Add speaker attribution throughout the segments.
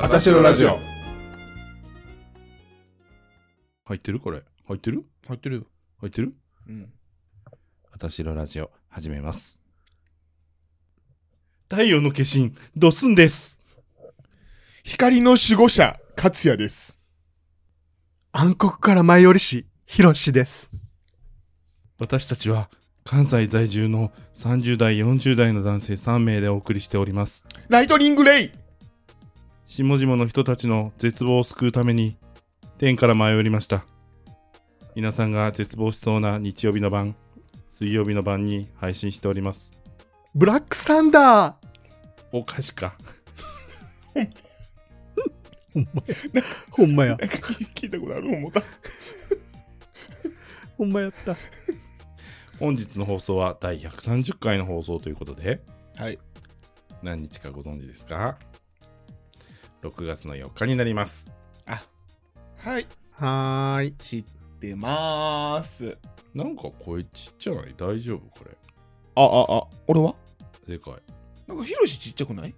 Speaker 1: あたしろラジオ
Speaker 2: 入ってるこれ入ってる
Speaker 3: 入ってるよ。
Speaker 2: 入ってる
Speaker 3: うん。
Speaker 2: あたしろラジオ始めます太陽の化身ドスンです
Speaker 3: 光の守護者、勝也です。
Speaker 4: 暗黒から舞い降りし、ひろしです。
Speaker 2: 私たちは関西在住の30代40代の男性3名でお送りしております
Speaker 3: ライトニングレイ
Speaker 2: 下々の人たちの絶望を救うために天から舞い降りました皆さんが絶望しそうな日曜日の晩水曜日の晩に配信しております
Speaker 4: ブラックサンダー
Speaker 2: お菓子か
Speaker 4: ほん まや。
Speaker 3: 聞いたことある思った。
Speaker 4: ほんまやった。
Speaker 2: 本日の放送は第130回の放送ということで
Speaker 3: はい。
Speaker 2: 何日かご存知ですか ?6 月の4日になります。
Speaker 3: はい。
Speaker 4: はーい。
Speaker 3: 知ってまーす。
Speaker 2: なんか声ちっちゃない大丈夫これ。
Speaker 3: あ、あ、あ、俺は
Speaker 2: でかい。
Speaker 3: なんかヒロシちっちゃくない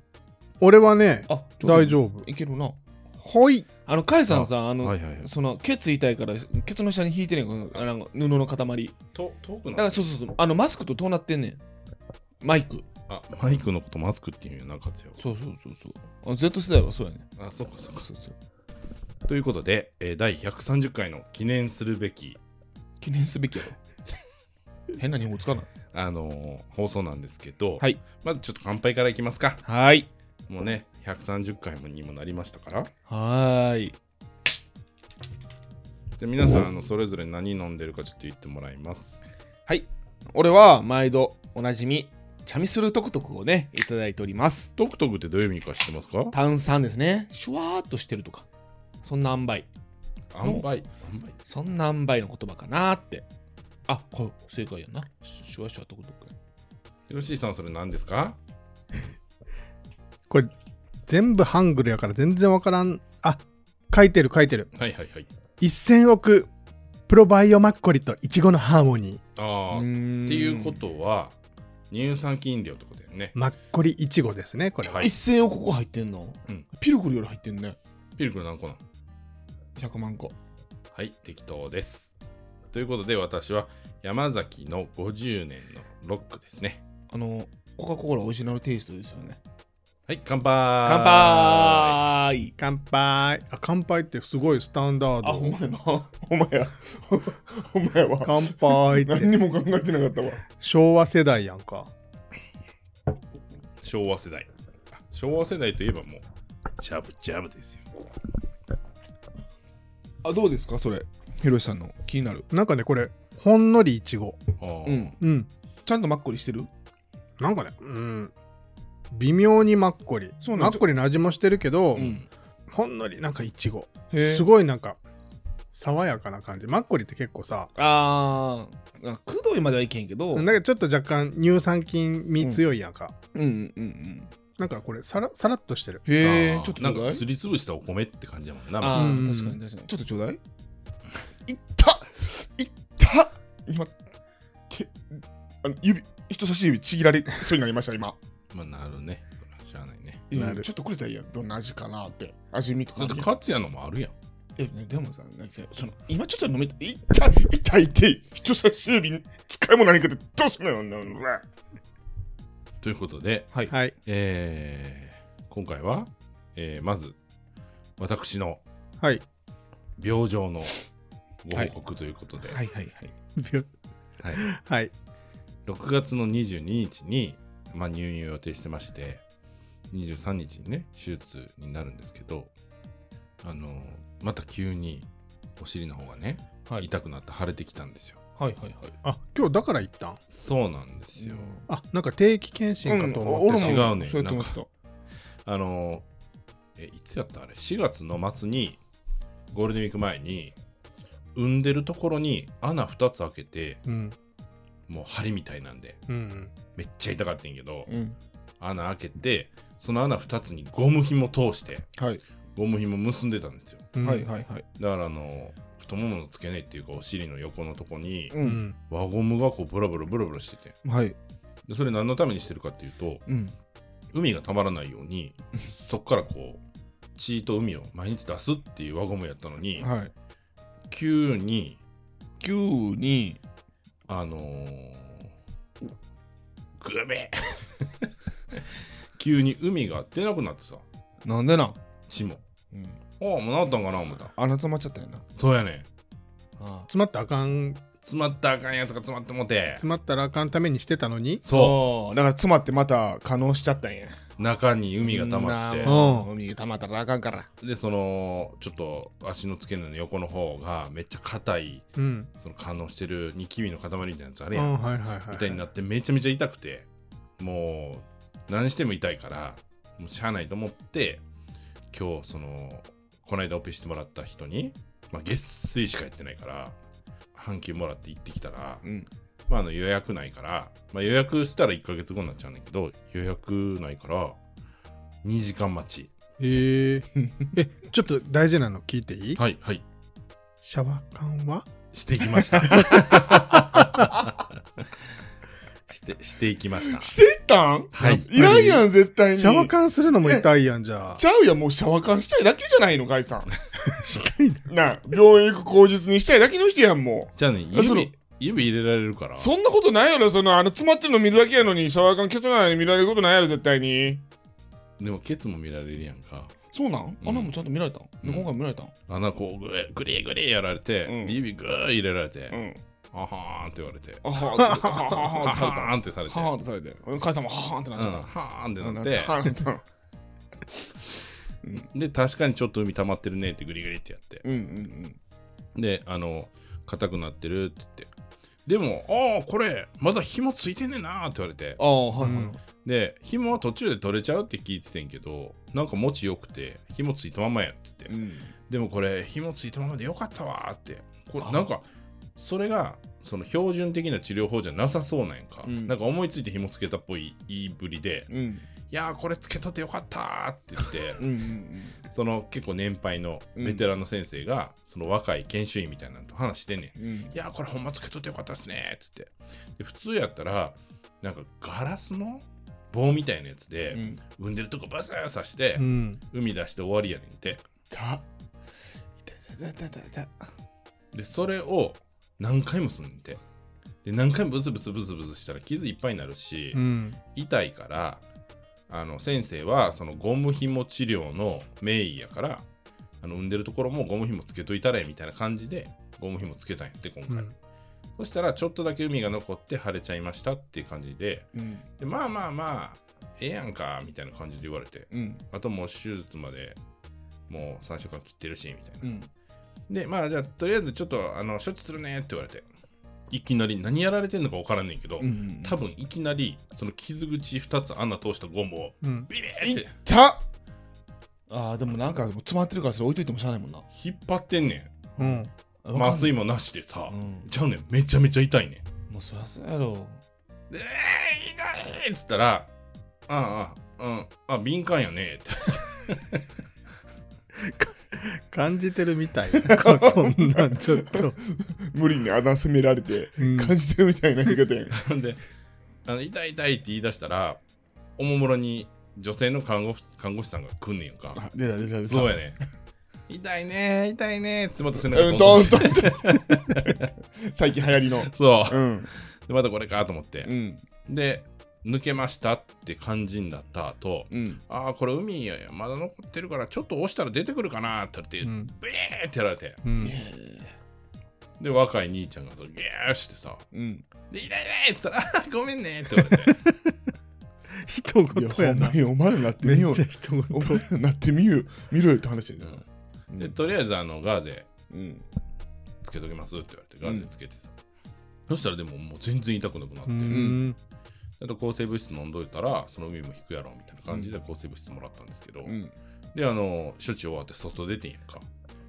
Speaker 4: 俺はね、
Speaker 3: あ、
Speaker 4: 大丈夫。
Speaker 3: いけるな。
Speaker 4: ほい。
Speaker 5: あの、カイさんさ、あの、
Speaker 2: はいはいはい。
Speaker 5: その、ケツ痛いから、ケツの下に引いてんねんか、あの布の塊。
Speaker 2: と遠く
Speaker 5: だ
Speaker 2: な
Speaker 5: か
Speaker 2: い
Speaker 5: ら、そうそうそう、あの、マスクとどうなってんねん。マイク。
Speaker 2: あマイクのことマスクっていうのなかったよ。
Speaker 5: そうそうそうそうあの。Z 世代はそうやねん。
Speaker 2: あ、そうかそうか。
Speaker 5: そうそう。
Speaker 2: ということで、えー第130回の記念するべき、
Speaker 5: 記念すべ きやろ。変な日本語使うな。
Speaker 2: あのー放送なんですけど、
Speaker 5: はい
Speaker 2: まずちょっと乾杯からいきますか。
Speaker 5: はい。
Speaker 2: もうね、130回もにもなりましたから。
Speaker 5: はーい。
Speaker 2: で皆さんあの、それぞれ何飲んでるかちょっと言ってもらいます。
Speaker 5: はい。俺は、毎度、おなじみ、チャミスルトクトクをね、いただいております。
Speaker 2: トクトクってどういう意味か知ってますか
Speaker 5: 炭酸ですね。シュワーっとしてるとか。そんな塩梅
Speaker 2: あんばい。あんばい。
Speaker 5: そんな塩梅の言葉かなーって。あ、これ、正解やな。シュワシュワトクトク。
Speaker 2: よしーさん、それ何ですか
Speaker 4: これ、全部ハングルやから全然わからん。あ、書いてる書いてる。
Speaker 2: はいはいはい。
Speaker 4: 1000億、プロバイオマッコリとイチゴのハーモニー。
Speaker 2: ああ、っ
Speaker 5: って
Speaker 2: いうことは、乳酸菌飲料ってことだよね。
Speaker 4: マッコリイチゴですね、これは。
Speaker 2: はい
Speaker 5: 一。千億個入ってんの、
Speaker 2: うん
Speaker 5: ピルクルより入ってんね
Speaker 2: ピルクル何個なの
Speaker 5: 100万個
Speaker 2: はい、適当です。ということで、私は山崎の50年のロックですね。
Speaker 5: あのコカ・コーラオリジナルテイストですよね
Speaker 2: はい、乾杯
Speaker 5: 乾杯
Speaker 4: 乾杯。あ、乾杯ってすごいスタンダー
Speaker 5: あほんま
Speaker 4: ド。
Speaker 5: やな
Speaker 3: お前や。お前は。
Speaker 4: 乾杯って
Speaker 3: 何にも考えてなかったわ。
Speaker 4: 昭和世代やんか。
Speaker 2: 昭和世代。あ昭和世代といえばもう、ジャブジャブですよ。
Speaker 5: あどうですかそれヒロシさんの気になる
Speaker 4: なんかね、これ、ほんのりイチゴ。
Speaker 2: あー
Speaker 5: うん
Speaker 4: うん。
Speaker 5: ちゃんとマッコリしてる
Speaker 4: なんかね、うん、微妙にマッコリ。
Speaker 5: そうな
Speaker 4: マ
Speaker 5: ん
Speaker 4: ッコリの味もしてるけど、
Speaker 5: ん
Speaker 4: ほんのりなんかいちご。
Speaker 5: へえ
Speaker 4: すごいなんか、爽やかな感じ。マッコリって結構さ、
Speaker 5: あーあくどいまではいけんけどう
Speaker 4: なん
Speaker 5: ん
Speaker 4: かちょっと若干乳酸菌味強いやんか。
Speaker 5: うんうん
Speaker 4: なんかこれさら、さらっとしてる。
Speaker 5: へえ
Speaker 2: あー
Speaker 5: ちょっとち
Speaker 2: な
Speaker 5: ょ
Speaker 2: ん
Speaker 5: うだ
Speaker 2: か
Speaker 5: い
Speaker 2: すりつぶしたお米って感じだもんな。
Speaker 5: ああ
Speaker 4: うんうん
Speaker 5: 確かに確かにちょっとちょうだい
Speaker 3: いったいった今、けあの指、人差し指ちぎられそうになりました、今。
Speaker 2: まあ、なるね。そらしゃあないね。
Speaker 4: なる
Speaker 3: うんちょっとくれたらいいやんどんな味かなって。味見とか
Speaker 2: だ
Speaker 3: あ
Speaker 2: って、
Speaker 3: るやん。
Speaker 2: 勝也のもあるやん。
Speaker 3: え、ねでもさ、なんかその今ちょっと飲めた、いた、いた、いて、人差し指に使い物何かでどうすんのよ、なんか
Speaker 2: ということで、
Speaker 5: はい
Speaker 4: はい。
Speaker 2: えー今回は、えーまず私の
Speaker 4: はい。
Speaker 2: 病状のご報告ということで、
Speaker 5: はいはいはい
Speaker 4: びゅ
Speaker 2: はい
Speaker 4: はい。
Speaker 2: 6月の22日に、まあ、入院を予定してまして23日にね手術になるんですけどあのーまた急にお尻の方がね、
Speaker 5: はい
Speaker 2: 痛くなって腫れてきたんですよ
Speaker 5: はいはいはい
Speaker 4: あ、今日だから一旦。
Speaker 2: そうなんですよ、
Speaker 4: あ、なんか定期検診かと思って
Speaker 2: うん
Speaker 4: た、
Speaker 2: 俺も違うねん
Speaker 3: そうやって思ってた。
Speaker 2: あのーえいつやったあれ4月の末にゴールデンウィーク前に産んでるところに穴2つ開けて
Speaker 4: うん。
Speaker 2: もう針みたいなんで
Speaker 4: うんうん。
Speaker 2: めっちゃ痛かったんやけど、
Speaker 5: うん
Speaker 2: 穴開けてその穴2つにゴム紐通して
Speaker 5: はい
Speaker 2: ゴム紐結んでたんですよ
Speaker 4: うん
Speaker 5: はいはいはい
Speaker 2: だからあの太ももの付け根っていうかお尻の横のとこに
Speaker 5: う
Speaker 4: うんん。
Speaker 2: 輪ゴムがこうブラブラブラブラしてて
Speaker 5: はい
Speaker 2: でそれ何のためにしてるかっていうと
Speaker 5: うん
Speaker 2: 海がたまらないようにそっからこう血と海を毎日出すっていう輪ゴムやったのに、
Speaker 4: はい。
Speaker 2: 急に
Speaker 5: 急に
Speaker 2: あのー、グベ 急に海が出なくなってさ
Speaker 5: なんでなん、
Speaker 2: 血も
Speaker 3: うん、
Speaker 2: ああもうなったんかな思った
Speaker 3: 穴詰まっちゃったよな
Speaker 2: そうやね
Speaker 5: あ
Speaker 4: 詰まったらあかん、
Speaker 2: 詰まったらあかんやつが詰まってもて
Speaker 4: 詰まったらあかんためにしてたのに、
Speaker 2: そ
Speaker 3: だから詰まってまた可能しちゃったんや
Speaker 2: う中に海が溜まって
Speaker 5: そんなもん海が溜まったらあかんから
Speaker 2: でそのちょっと足の付け根の横の方がめっちゃ硬い
Speaker 4: うん。
Speaker 2: その感応してるニキビの塊みたいなやつあ
Speaker 4: う
Speaker 2: れやん、
Speaker 4: ん、はいはいはい。
Speaker 2: みたいになってめちゃめちゃ痛くてもう何しても痛いからもうしゃあないと思って今日そのこの間オペしてもらった人に、まあ、月水しかやってないから半休もらって行ってきたら、
Speaker 3: うん
Speaker 2: まあ、あの予約ないから、まあ、予約したら1ヶ月後になっちゃうんだけど予約ないから2時間待ち
Speaker 4: へえ。え、ちょっと大事なの聞いていい
Speaker 2: はいはい
Speaker 4: シャワー缶は
Speaker 2: してきましたしてしていきました
Speaker 3: していったん
Speaker 2: はい
Speaker 3: いらんやん絶対に
Speaker 4: シャワー缶するのも痛いやん じゃあ。
Speaker 3: ちゃうやんもうシャワー缶したいだけじゃないの甲斐さ
Speaker 4: 痛いな。
Speaker 3: んなあ病院行く口実にしたいだけの人やんも
Speaker 2: じゃあね、
Speaker 3: あその
Speaker 2: 指、指入れられるから。
Speaker 3: うそんなことないやろそのあの詰まってるの見るだけやのにシャワー缶消さないの見られることないやろ絶対に
Speaker 2: でも、ケツも見られるやんか。
Speaker 3: そうなん
Speaker 2: 穴も
Speaker 3: ちゃんと見られたん、
Speaker 2: 今
Speaker 3: 回見られたん
Speaker 2: 穴こうグレグリグリやられて、
Speaker 3: うん
Speaker 2: 指グー入れられて、
Speaker 3: うん
Speaker 2: あはーんって言われて、
Speaker 3: あはあはあはあはあ
Speaker 2: は
Speaker 3: ってされた
Speaker 2: ーんってされて、
Speaker 3: はーん
Speaker 2: う
Speaker 3: ってされて甲斐さんもはーんってなっ
Speaker 2: ん
Speaker 3: ちゃった
Speaker 2: はーんってなっ
Speaker 3: は
Speaker 2: て、
Speaker 3: ーんってなった
Speaker 2: で、確かにちょっと海溜まってるねってグリグリってやって、
Speaker 3: うんうん
Speaker 2: で、あの、硬くなってるって言って。でも、ああ、これ、まだ紐ついてんねんなーって言われて
Speaker 5: あ、あは
Speaker 4: う
Speaker 5: いはい、
Speaker 4: ん
Speaker 2: で、紐は途中で取れちゃうって聞いててんけど、なんか持ちよくて、紐ついたままやってて
Speaker 3: うんう、ん
Speaker 2: でもこれ紐ついたままでよかったわーってこ
Speaker 5: あ
Speaker 2: れなんかそれがその標準的な治療法じゃなさそうなんやんか、
Speaker 5: うん
Speaker 2: なんか思いついて紐つけたっぽい言いぶりで
Speaker 3: うん
Speaker 2: 「いやーこれつけとってよかったー」って言って
Speaker 3: う んうん
Speaker 2: その結構年配のベテランの先生が、その若い研修医みたいなのと話してんねん「い
Speaker 3: うん
Speaker 2: やーこれほんまつけとってよかったっすね」っつってで普通やったらなんかガラスの棒みたいなやつで、
Speaker 3: うん
Speaker 2: 産んでるとこバサー刺して、
Speaker 4: うん。
Speaker 2: 海出して終わりやねんて
Speaker 3: たいたいたいたいたいた
Speaker 2: でそれを何回もすんねんてで何回もブツブツブツブツしたら傷いっぱいになるし、
Speaker 4: うん。
Speaker 2: 痛いからあの先生はそのゴム紐治療の名医やからあの産んでるところもゴム紐つけといたれみたいな感じでゴム紐つけたんやって今回、
Speaker 4: うん
Speaker 2: そしたらちょっとだけ海が残って腫れちゃいましたっていう感じで
Speaker 3: うん
Speaker 2: でまあまあまあええやんかみたいな感じで言われて
Speaker 3: うん
Speaker 2: あともう手術までもう3週間切ってるしみたいな
Speaker 3: うん
Speaker 2: で、まあじゃあ、とりあえずちょっとあの処置するねって言われて、いきなり何やられてんのか分からんねんけど、
Speaker 3: うん
Speaker 2: 多分いきなりその傷口2つ穴通したゴムを
Speaker 4: うん。
Speaker 2: ビビ
Speaker 3: い
Speaker 2: ーっ
Speaker 3: ってた
Speaker 5: ああでもなんか
Speaker 3: 詰まってるからそれ置いといてもしゃあないもんな
Speaker 2: 引っ張ってんね
Speaker 4: うん。
Speaker 2: ん。麻酔もなしでさ、
Speaker 5: うん
Speaker 2: ちゃうねん、めちゃめちゃ痛いね
Speaker 5: もうそりゃそうやろ
Speaker 2: ん。でえー、痛いっつったら、ああ、うん、あ、敏感やねって。
Speaker 4: 感じてるみたい。そんなんちょっと。
Speaker 3: 無理に穴攻められて
Speaker 4: うん
Speaker 3: 感じてるみたいな言い方や ん
Speaker 2: ほんであの、痛い痛いって言い出したら、おもむろに女性の看護婦看護師さんが来んねんか。
Speaker 3: あ出た出た出た
Speaker 2: そうやね。 痛いねー、痛いねーっつってまた背
Speaker 3: う
Speaker 2: 中
Speaker 3: ん
Speaker 2: ト
Speaker 3: ド
Speaker 2: ントン
Speaker 3: ン
Speaker 2: して
Speaker 3: と最近流行りの
Speaker 2: そう
Speaker 3: う。ん
Speaker 2: でまたこれかと思って
Speaker 3: う、ん
Speaker 2: で抜けましたって感じになった後、
Speaker 3: うん
Speaker 2: ああこれ海やまだ残ってるからちょっと押したら出てくるかなって言
Speaker 4: う
Speaker 2: われて、
Speaker 4: ん。
Speaker 2: ブエーってやられて
Speaker 4: うん。
Speaker 2: で若い兄ちゃんがそうギャーしてさ
Speaker 3: うん
Speaker 2: 「で痛い痛い!」って言ったらあー「ごめんね」って言われて
Speaker 4: 一
Speaker 3: いや
Speaker 4: 言
Speaker 3: ほ
Speaker 4: や
Speaker 3: んま
Speaker 4: な。
Speaker 3: にお前らなって
Speaker 4: め
Speaker 3: み
Speaker 4: っ
Speaker 3: よ
Speaker 4: ちゃ一言
Speaker 3: うお。前らなってみよう見ろよって話やな
Speaker 2: うんでとりあえずあのガーゼ
Speaker 3: うん
Speaker 2: つけときますって言われてガーゼつけてさ、そしたらでももう全然痛くなくなって、
Speaker 4: う
Speaker 2: ち
Speaker 4: ん。
Speaker 2: ゃんと抗生物質飲んどいたらその海も引くやろみたいな感じで抗生物質もらったんですけど、
Speaker 3: うん
Speaker 2: であの処置終わって外出てんやんか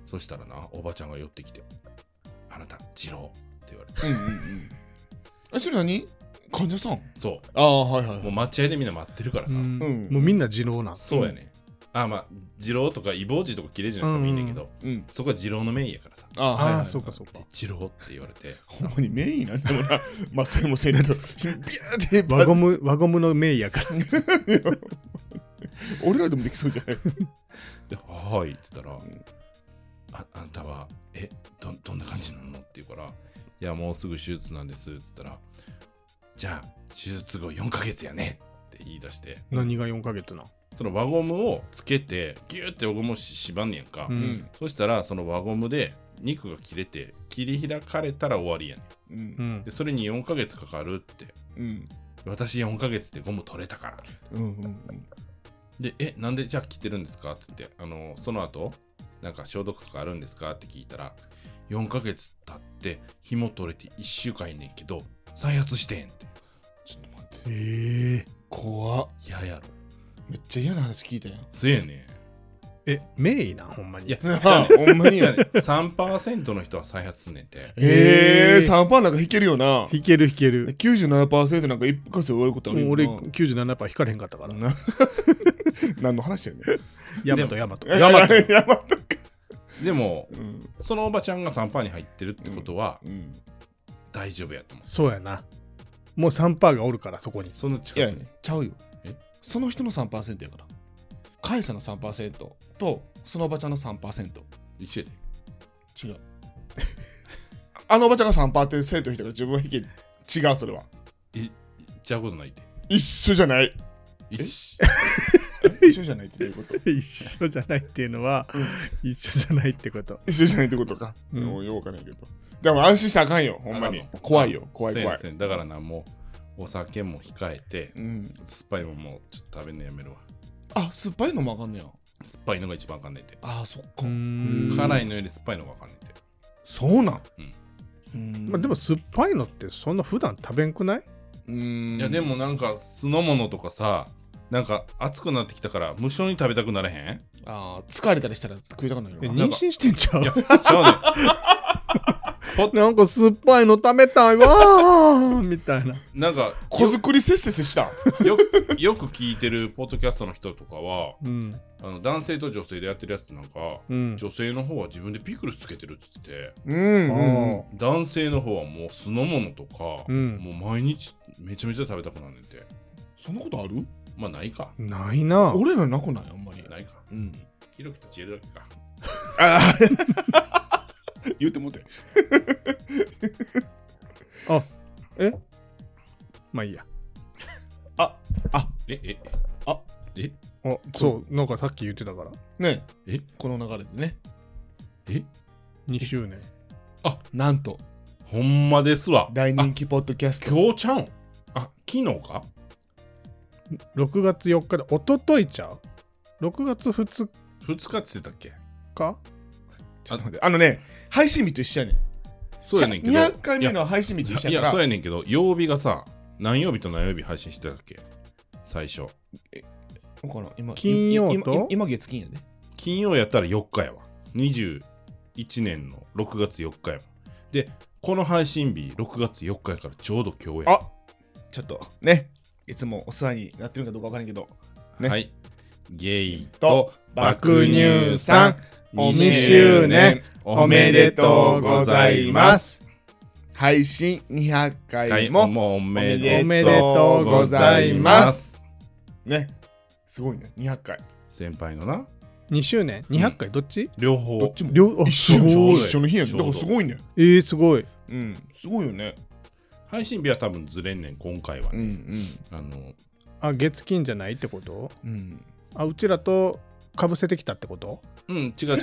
Speaker 2: そしたらなおばちゃんが寄ってきて「あなた次郎」って言われて
Speaker 3: うんうんえそれ何患者さん
Speaker 2: そ
Speaker 5: ああはいはいう
Speaker 2: もう待合でみんな待ってるから
Speaker 4: う
Speaker 2: さ、
Speaker 4: ん
Speaker 3: うん
Speaker 4: もうみんな二郎なん。
Speaker 2: そうやねあまあ次郎とか異房児とか切れ字なんかもいいねんだけど、
Speaker 3: うん
Speaker 2: そこは次郎のメインやからさ
Speaker 5: ああはい
Speaker 4: あ
Speaker 5: は
Speaker 4: あ、
Speaker 5: い
Speaker 4: そうかそうか
Speaker 2: で。次郎って言われて
Speaker 3: ほんまにメインなんだろうな。まあ、それもせんけど、ビャーって
Speaker 4: 輪ゴム、輪ゴムの名やから。
Speaker 3: 俺らでもできそうじゃない
Speaker 2: で「はーい」って言ったら
Speaker 5: ん
Speaker 2: 「ああんたはえどどんな感じなの?」って言うから「いやもうすぐ手術なんです」って言ったら「じゃあ手術後4ヶ月やね」って言い出して
Speaker 4: 何が4ヶ月な
Speaker 2: その輪ゴムをつけてギューって輪ゴムをし縛んねやんか、
Speaker 4: うん
Speaker 2: そしたらその輪ゴムで肉が切れて切り開かれたら終わりやね
Speaker 5: う
Speaker 4: うんん
Speaker 2: んでそれに4ヶ月かかるって
Speaker 5: うん
Speaker 2: 私4ヶ月でゴム取れたから
Speaker 5: うんうん
Speaker 2: で「えなんでじゃあ着てるんですか?」っつってあのその後なんか消毒とかあるんですかって聞いたら4ヶ月経って紐取れて1週間いんねんけど再発してんって
Speaker 5: ちょっと待って
Speaker 4: え
Speaker 5: 怖っ
Speaker 2: 嫌ややろ
Speaker 5: めっちゃ嫌な話聞いたやん
Speaker 2: そうやね
Speaker 4: ええ名医なんほんま
Speaker 2: ん
Speaker 4: に
Speaker 2: いや
Speaker 5: ほんまに
Speaker 2: じゃあね3%の人は再発すんねんて
Speaker 5: え
Speaker 4: え
Speaker 5: えー、3%なんか引けるよな
Speaker 4: 弾ける弾ける
Speaker 5: 97%なんか一発で終わることある
Speaker 4: もう
Speaker 5: よ
Speaker 4: 俺
Speaker 5: な
Speaker 4: 97%引かれへんかったから
Speaker 5: な何の話やねん
Speaker 4: ヤマトヤマト
Speaker 2: やばい
Speaker 5: やばい
Speaker 2: でも
Speaker 5: うん
Speaker 2: そのおばちゃんが3%に入ってるってことは
Speaker 5: うん
Speaker 2: 大丈夫やと思う
Speaker 4: そうやなもう3%がおるからそこに
Speaker 2: その
Speaker 5: い
Speaker 2: 近
Speaker 5: や
Speaker 2: くに
Speaker 5: ちゃうよ
Speaker 2: え
Speaker 5: その人の3%やから会社の3%とそのおばちゃんの3%
Speaker 2: 一緒やで
Speaker 5: 違う あのおばちゃんが3%引いたから自分は引け違うそれは
Speaker 2: えちゃうことないで
Speaker 5: 一緒じゃない
Speaker 2: 一緒
Speaker 5: 一緒じゃないってどういうこと
Speaker 4: 一緒じゃないっていうのは、一緒じゃないってこと
Speaker 5: 一緒じゃないってことか、
Speaker 4: うん
Speaker 5: もうよくわかんないけどでも安心したらあかんよほんまに
Speaker 2: あかんの
Speaker 5: 怖いよ怖い
Speaker 2: そうや
Speaker 5: 怖
Speaker 2: ね
Speaker 5: い
Speaker 2: んそうやねんだからなもうお酒も控えて
Speaker 5: うん、
Speaker 2: 酸っぱいもんもうちょっと食べんのやめるわ
Speaker 5: あ酸っぱいのもあかんねや
Speaker 2: 酸っぱいのが一番あかんねんて
Speaker 5: あそっか
Speaker 4: うん
Speaker 2: 辛いのより酸っぱいのがあかんねんて
Speaker 5: そうなん
Speaker 2: うん
Speaker 5: うん
Speaker 4: まあ、でも酸っぱいのってそんな普段食べんくない
Speaker 5: うん
Speaker 2: いやでもなんか酢の物とかさなんか暑くなってきたから無性に食べたくなれへ ん
Speaker 5: あー疲れたりしたら食いたくなる
Speaker 4: え
Speaker 5: よ
Speaker 2: に
Speaker 5: な
Speaker 4: 妊娠してんちゃう
Speaker 2: いやちゃうねん
Speaker 4: なんか酸っぱいの食べたいわ ーみたいな。
Speaker 2: なんか
Speaker 5: 子作りせっせせした
Speaker 2: よくよく聞いてるポッドキャストの人とかは
Speaker 4: うん。
Speaker 2: あの男性と女性でやってるやつなんか
Speaker 4: うん。
Speaker 2: 女性の方は自分でピクルスつけてるっつってて
Speaker 5: うん
Speaker 4: あ
Speaker 2: 男性の方はもう酢の物とか、
Speaker 4: うん
Speaker 2: もう毎日めちゃめちゃ食べたくなんねんて
Speaker 5: そんなことある
Speaker 2: まあないか
Speaker 4: ーないな。
Speaker 5: 俺らなくないあんまり
Speaker 2: ないか
Speaker 5: うん
Speaker 2: ヒロキとチエルだけか
Speaker 5: あー言うてもうて
Speaker 4: あ、えまあいいや。
Speaker 2: えええ
Speaker 5: あ
Speaker 2: え
Speaker 4: あ、そう、なんかさっき言ってたから。
Speaker 5: ね
Speaker 2: え
Speaker 5: この流れでね
Speaker 2: え
Speaker 4: 2周年。
Speaker 5: なんと
Speaker 2: ほんまですわ
Speaker 5: 大人気ポッドキャス
Speaker 2: あ
Speaker 5: ト
Speaker 2: 今日ちゃうんあ昨日か
Speaker 4: 6月4日で、おとといちゃう ?6 月2
Speaker 2: 2日っつってたっけ
Speaker 4: 日
Speaker 5: ちょっと待ってあのね配信日と一緒やねん
Speaker 2: そうやねんけど
Speaker 5: 200回目
Speaker 2: いや
Speaker 5: の配信日と一緒
Speaker 2: い
Speaker 5: や
Speaker 2: や
Speaker 5: か
Speaker 2: そう
Speaker 5: ら
Speaker 2: やねんけど曜日がさ何曜日と何曜日配信してたっけ最初
Speaker 5: わからん今
Speaker 4: 金曜と
Speaker 5: 今今今月金やで
Speaker 2: 金曜やったら4日やわ21年の6月4日やわでこの配信日6月4日やからちょうど今日や
Speaker 5: あちょっとねいつもお世話になってるかどうかわからんけどね
Speaker 2: はいゲイ
Speaker 5: と
Speaker 2: と
Speaker 5: 爆
Speaker 2: 爆
Speaker 5: 乳
Speaker 2: 乳
Speaker 5: さ
Speaker 2: さ
Speaker 5: ん
Speaker 2: ん
Speaker 5: 2
Speaker 2: 2
Speaker 5: 周
Speaker 2: 周
Speaker 5: 年
Speaker 2: 年
Speaker 5: おめ
Speaker 2: お
Speaker 5: で
Speaker 2: めで
Speaker 5: と
Speaker 2: と
Speaker 5: う
Speaker 2: う
Speaker 5: ご
Speaker 2: ご
Speaker 5: ざ
Speaker 2: ざ
Speaker 5: い
Speaker 2: い
Speaker 5: ま
Speaker 2: ます
Speaker 5: す配信200回
Speaker 2: も
Speaker 5: も
Speaker 2: おめ
Speaker 5: おめ
Speaker 2: で
Speaker 4: で
Speaker 2: と
Speaker 4: と
Speaker 2: う
Speaker 4: う
Speaker 2: ご
Speaker 4: ご
Speaker 2: ざ
Speaker 4: ざ
Speaker 2: い
Speaker 4: い
Speaker 2: ま
Speaker 5: ますねすごいね200回
Speaker 2: 先輩のな
Speaker 4: ?2 周年 ?200 回どっち
Speaker 2: 両
Speaker 5: ど
Speaker 2: 方
Speaker 5: っちも
Speaker 4: 両、あ、
Speaker 5: 一緒
Speaker 4: すごい
Speaker 2: どう
Speaker 5: 一緒の日やね
Speaker 2: ち
Speaker 5: だ
Speaker 2: ょ
Speaker 5: か
Speaker 2: うど
Speaker 5: らすごいね
Speaker 4: えー、すごい。
Speaker 5: うんすごいよね
Speaker 2: 配信日は多分ずれんねん今回は
Speaker 5: う
Speaker 2: ね、
Speaker 5: ん
Speaker 2: あの
Speaker 4: あ、月金じゃないってこと
Speaker 5: うんうん
Speaker 4: あ、うちらと被せてきたってこと
Speaker 2: うん違う違う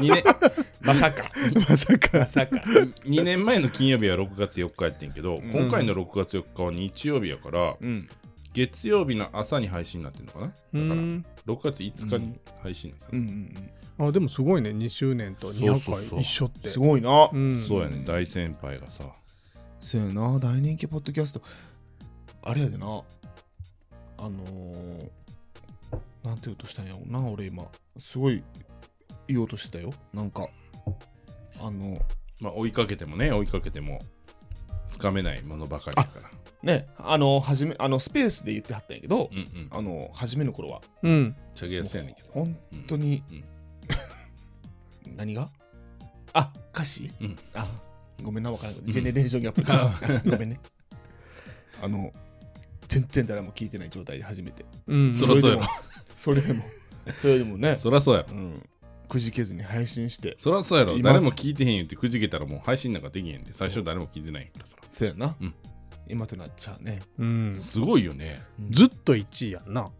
Speaker 2: 2, 年
Speaker 5: まさか
Speaker 4: まさか。
Speaker 5: さか
Speaker 2: 2年前の金曜日は6月4日やってんけど、
Speaker 5: ん
Speaker 2: 今回の6月4日は日曜日やから
Speaker 5: うん
Speaker 2: 月曜日の朝に配信になってるのかなだか
Speaker 4: う
Speaker 2: ら6
Speaker 4: ん。
Speaker 2: 月5日に配信になった
Speaker 5: うんう
Speaker 2: の、
Speaker 5: ん
Speaker 4: あ、でもすごいね。2周年
Speaker 2: そ
Speaker 4: と
Speaker 2: うそう
Speaker 4: 200
Speaker 2: そう
Speaker 4: 回一緒っ
Speaker 5: うん
Speaker 4: て。
Speaker 5: すごいな
Speaker 4: うん、
Speaker 2: そうやね大先輩がさ
Speaker 5: そうやな大人気ポッドキャストあれやでなあのー、なんて言おうとしたんやろな俺今すごい言おうとしてたよなんかあの
Speaker 2: まあ追いかけてもね追いかけてもつかめないものばかりだから
Speaker 5: ねあのはじめあのスペースで言ってはったんやけど
Speaker 2: う、んうん
Speaker 5: あの初めの頃は
Speaker 4: うん。
Speaker 2: チャゲやすやねんけど
Speaker 5: 本当に、
Speaker 2: うん
Speaker 5: 何があ歌詞、
Speaker 2: うん
Speaker 5: あごめんな分からんけど、
Speaker 2: うん
Speaker 5: ジェネレーションギャップごめんねあの全然誰も聞いてない状態で初めて
Speaker 4: うん。
Speaker 2: そろそろ
Speaker 5: それでもそれでもね、
Speaker 2: そらそうやろ。
Speaker 5: うん、くじけずに配信して、
Speaker 2: そらそうやろ。
Speaker 5: 今
Speaker 2: 誰も聞いてへん言ってくじけたらもう配信なんかできへんで、最初誰も聞いてないんやからそら
Speaker 5: そうやな、
Speaker 2: うん
Speaker 5: 今となっちゃうね。
Speaker 4: うん、ず
Speaker 2: すごいよね。
Speaker 4: っと1位やんな。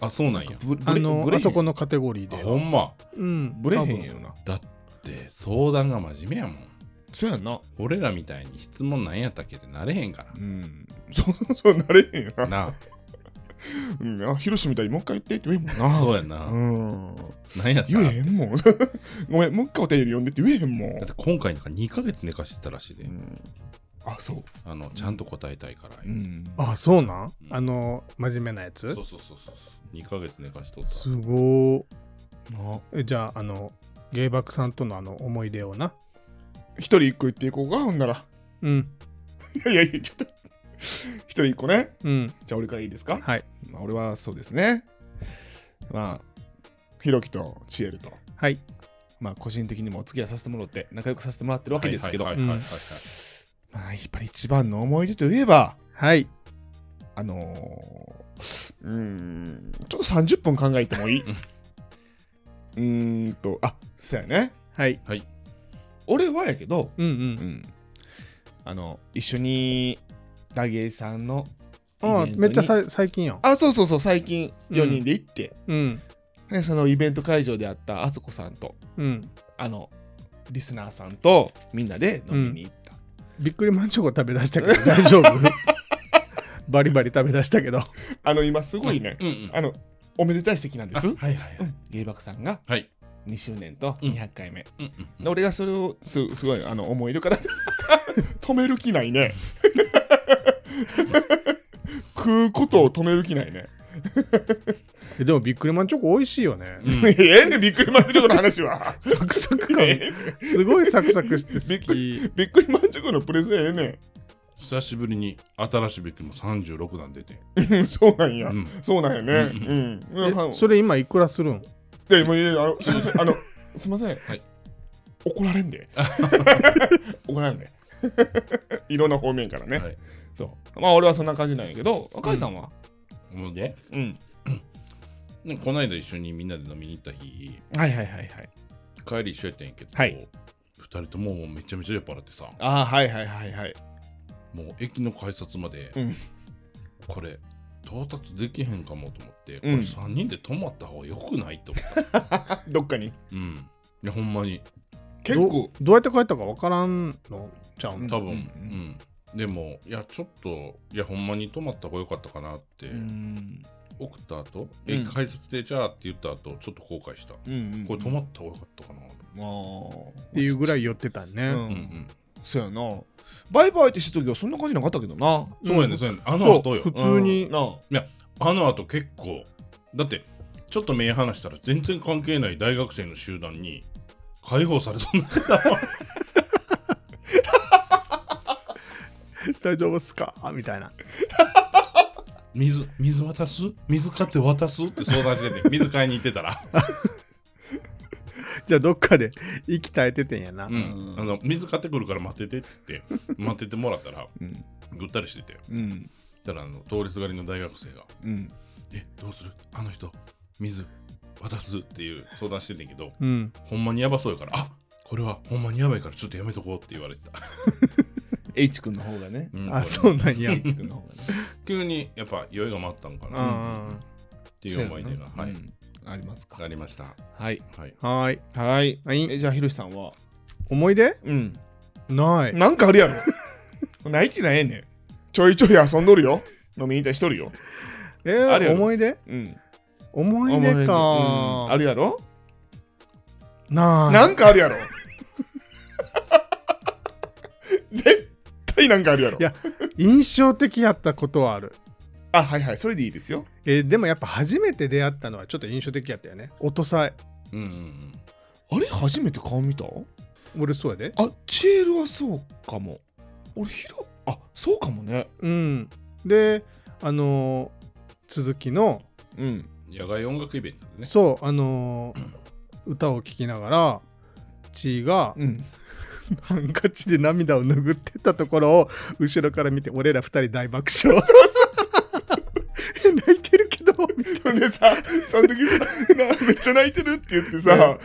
Speaker 2: あ、そうなんや。
Speaker 5: ブレ
Speaker 4: あの
Speaker 5: ブ、レへ
Speaker 4: あ
Speaker 5: ん
Speaker 4: そこのカテゴリー
Speaker 2: あ
Speaker 4: では。
Speaker 2: ほんま。
Speaker 4: うん。
Speaker 5: ブレへ
Speaker 4: 多分
Speaker 5: んよな。
Speaker 2: だって相談が真面目やもん。
Speaker 5: そうやんな。
Speaker 2: 俺らみたいに質問なんやったっけってなれへんか
Speaker 5: うん。そうそう そう、なれへんよ
Speaker 2: ら。
Speaker 5: な。
Speaker 2: な
Speaker 5: うん、あ、ヒロシみたいにもう一回言ってって言えんもん
Speaker 2: あ。
Speaker 5: な。
Speaker 2: そう
Speaker 5: う
Speaker 2: やんな。
Speaker 5: うん。
Speaker 2: なんやった
Speaker 5: 言
Speaker 2: ら
Speaker 5: えへんもん。 ごめん、もう一回お便り読んでって言えへんもん
Speaker 2: だっ。て今回なんか2ヶ月寝かしてたらしいで、
Speaker 5: うんあ、そう。
Speaker 2: あのちゃんと答えたいから、
Speaker 5: うん。
Speaker 4: あ、そうなん
Speaker 2: うん
Speaker 4: あの、真面目なやつ
Speaker 2: そうそうそうそう2ヶ月寝かしとった
Speaker 4: すごー
Speaker 5: な
Speaker 4: え。じゃあ、あの、芸爆さんとのあの思い出をな。
Speaker 5: 一人一個言っていこうか、ほんなら。
Speaker 4: うん。
Speaker 5: いやいやいや、ちょっと。一人一個ね。
Speaker 4: うん。
Speaker 5: じゃあ俺からいいですか
Speaker 4: はい。
Speaker 5: まあ、俺はそうですね。まあ、ひろきとちえると、
Speaker 4: はい。
Speaker 5: まあ、個人的にもお付き合いさせてもらって、仲良くさせてもらってるわけですけど、
Speaker 2: はいはいはいはいはい
Speaker 5: まあ、やっぱり一番の思い出といえば、
Speaker 4: はい。
Speaker 5: あのー、うーん、ちょっと30分考えてもいい。うーんと、あ、そうやね。
Speaker 4: はい。
Speaker 5: 俺はやけど、
Speaker 4: うんう。
Speaker 5: うんん、あの、一緒に、ダゲイさんの、
Speaker 4: あ
Speaker 5: イベントに
Speaker 4: めっちゃさ最近やん。
Speaker 5: あ、そうそうそう、最近4人で行って、
Speaker 4: うん。
Speaker 5: ね、そのイベント会場であったあそこさんと、
Speaker 4: うん。
Speaker 5: あの、リスナーさんとみんなで飲みに行った。
Speaker 4: びっくりマンチョコ食べ出したけど 大丈夫バリバリ食べ出したけど。
Speaker 5: あの、今すごいね、
Speaker 2: うんうん
Speaker 5: あの、おめでたい席なんです。
Speaker 2: あはいはい
Speaker 5: うん、芸爆さんが
Speaker 2: はい
Speaker 5: 2周年と
Speaker 2: うん
Speaker 5: 200回目。
Speaker 2: うんうん
Speaker 5: で俺がそれをすすごいあの思い入れから 止める気ない ね。食うことを止める気ないね。
Speaker 4: えでもびっくりマンチョコ美味しいよね。
Speaker 2: うん
Speaker 5: ええねびっくりマンチョコの話は。
Speaker 4: サクサク感。すごいサクサクして好き。
Speaker 5: びっくりマンチョコのプレゼンええね
Speaker 2: 久しぶりに新しいビッグも36段出て、
Speaker 5: うん。そうなんや。
Speaker 2: うん、
Speaker 5: そうなんやね。
Speaker 2: う
Speaker 5: うん。
Speaker 4: え
Speaker 5: うん
Speaker 4: それ今いくらするん
Speaker 5: いや、もういやいやあの、すみません、あの、すみません、
Speaker 2: はい
Speaker 5: 怒られんで。怒られんで。 いろんな方面からね。
Speaker 2: はい
Speaker 5: そう。まあ、俺はそんな感じなんやけど、赤井さんは、
Speaker 2: もうね
Speaker 5: うん、
Speaker 2: でこの間一緒にみんなで飲みに行った日
Speaker 5: はいはいはいはい。
Speaker 2: 帰り一緒やったんやけど、
Speaker 5: はい
Speaker 2: 2人とももうめちゃめちゃ酔っ払ってさ
Speaker 5: ああ、はいはいはいはい。
Speaker 2: もう駅の改札まで、
Speaker 5: うん
Speaker 2: これ到達できへんかもと思って、
Speaker 5: うん
Speaker 2: これ3人で泊まった方がよくないと思 って、
Speaker 5: どっかに。
Speaker 2: うん、いやほんまに
Speaker 5: 結構、
Speaker 4: どどうやって帰ったかわからんのちゃうん
Speaker 2: 多分、うん
Speaker 5: うん
Speaker 2: でもいやちょっといやほんまに泊まった方が良かったかなって、
Speaker 5: うん、
Speaker 2: 送った後、
Speaker 5: う
Speaker 2: え
Speaker 5: ん
Speaker 2: 改札でじゃあって言った後ちょっと後悔した、
Speaker 5: うん、うん。
Speaker 2: これ泊まった方が良かったかな、
Speaker 5: も
Speaker 4: っていうぐらい
Speaker 5: よ。
Speaker 4: 寄ってた
Speaker 5: う
Speaker 4: ね。
Speaker 2: うんうん
Speaker 5: ん、そうやな。バイバイってした時はそんな感じなかったけどな。
Speaker 2: そうやねそうやねあの後よ
Speaker 4: 普通に
Speaker 5: うんなあ。
Speaker 2: あの後結構だってちょっと目離したら全然関係ない大学生の集団に解放されそうになってた
Speaker 4: 大丈夫っすかみたいな。
Speaker 2: 水水渡す水買って渡すって相談 してて水買いに行ってたら、
Speaker 4: じゃあどっかで 息絶えててんやな
Speaker 2: う。ん、あの水買ってくるから待っててって言って待っててもらったら
Speaker 5: うん、
Speaker 2: ぐったりしてて
Speaker 5: うん、
Speaker 2: たらあの通りすがりの大学生が
Speaker 5: うん。
Speaker 2: えどうするあの人水渡すっていう相談してんねんけど
Speaker 4: うん。
Speaker 2: ほんまにやばそうやからあこれはほんまにやばいからちょっとやめとこうって言われてた、
Speaker 5: H 君の方がね。
Speaker 4: あ、そうなんや。
Speaker 5: H 君の方がね。
Speaker 2: 急にやっぱ酔いが回ったんか
Speaker 4: うん
Speaker 2: なっ
Speaker 4: は
Speaker 2: ていう思い出が、
Speaker 5: そう
Speaker 2: は
Speaker 5: や
Speaker 2: い、
Speaker 5: なうんありますか。
Speaker 2: ありました
Speaker 5: はい。
Speaker 2: はい
Speaker 4: ーい。
Speaker 5: はい。
Speaker 4: はい
Speaker 5: えじゃあ、ひろしさんは
Speaker 4: 思い出
Speaker 5: うん。
Speaker 4: ない。
Speaker 5: なんかあるやろ。 ないってないねん。ちょいちょい遊んどるよ。飲みに行ったりしとるよ。
Speaker 4: え
Speaker 5: あるや
Speaker 4: ー、
Speaker 5: ろ
Speaker 4: 思い出
Speaker 5: うん。
Speaker 4: 思い出
Speaker 5: うんあ
Speaker 4: か。
Speaker 5: るやろ
Speaker 4: ない。
Speaker 5: なんかあるやろ。 絶対なんかあるやろ
Speaker 4: い。や印象的やったことはある、
Speaker 5: あ、はいはい。それでいいですよ。
Speaker 4: えーでもやっぱ初めて出会ったのはちょっと印象的やったよねおとさえ
Speaker 2: うんうんうん
Speaker 5: あれ初めて顔見た
Speaker 4: 俺そうやで
Speaker 5: あ、チエルはそうかも。俺、ひろ、あ、そうかもね。
Speaker 4: うんであのー続きの
Speaker 5: うん。
Speaker 2: 野外音楽イベントでね
Speaker 4: そうあのー歌を聴きながらちーが
Speaker 5: うん。
Speaker 4: ハンカチで涙を拭ってたところを後ろから見て俺ら二人大爆笑泣いてるけど
Speaker 3: ほんでさ、その時さ、なめっちゃ泣いてるって言ってさ、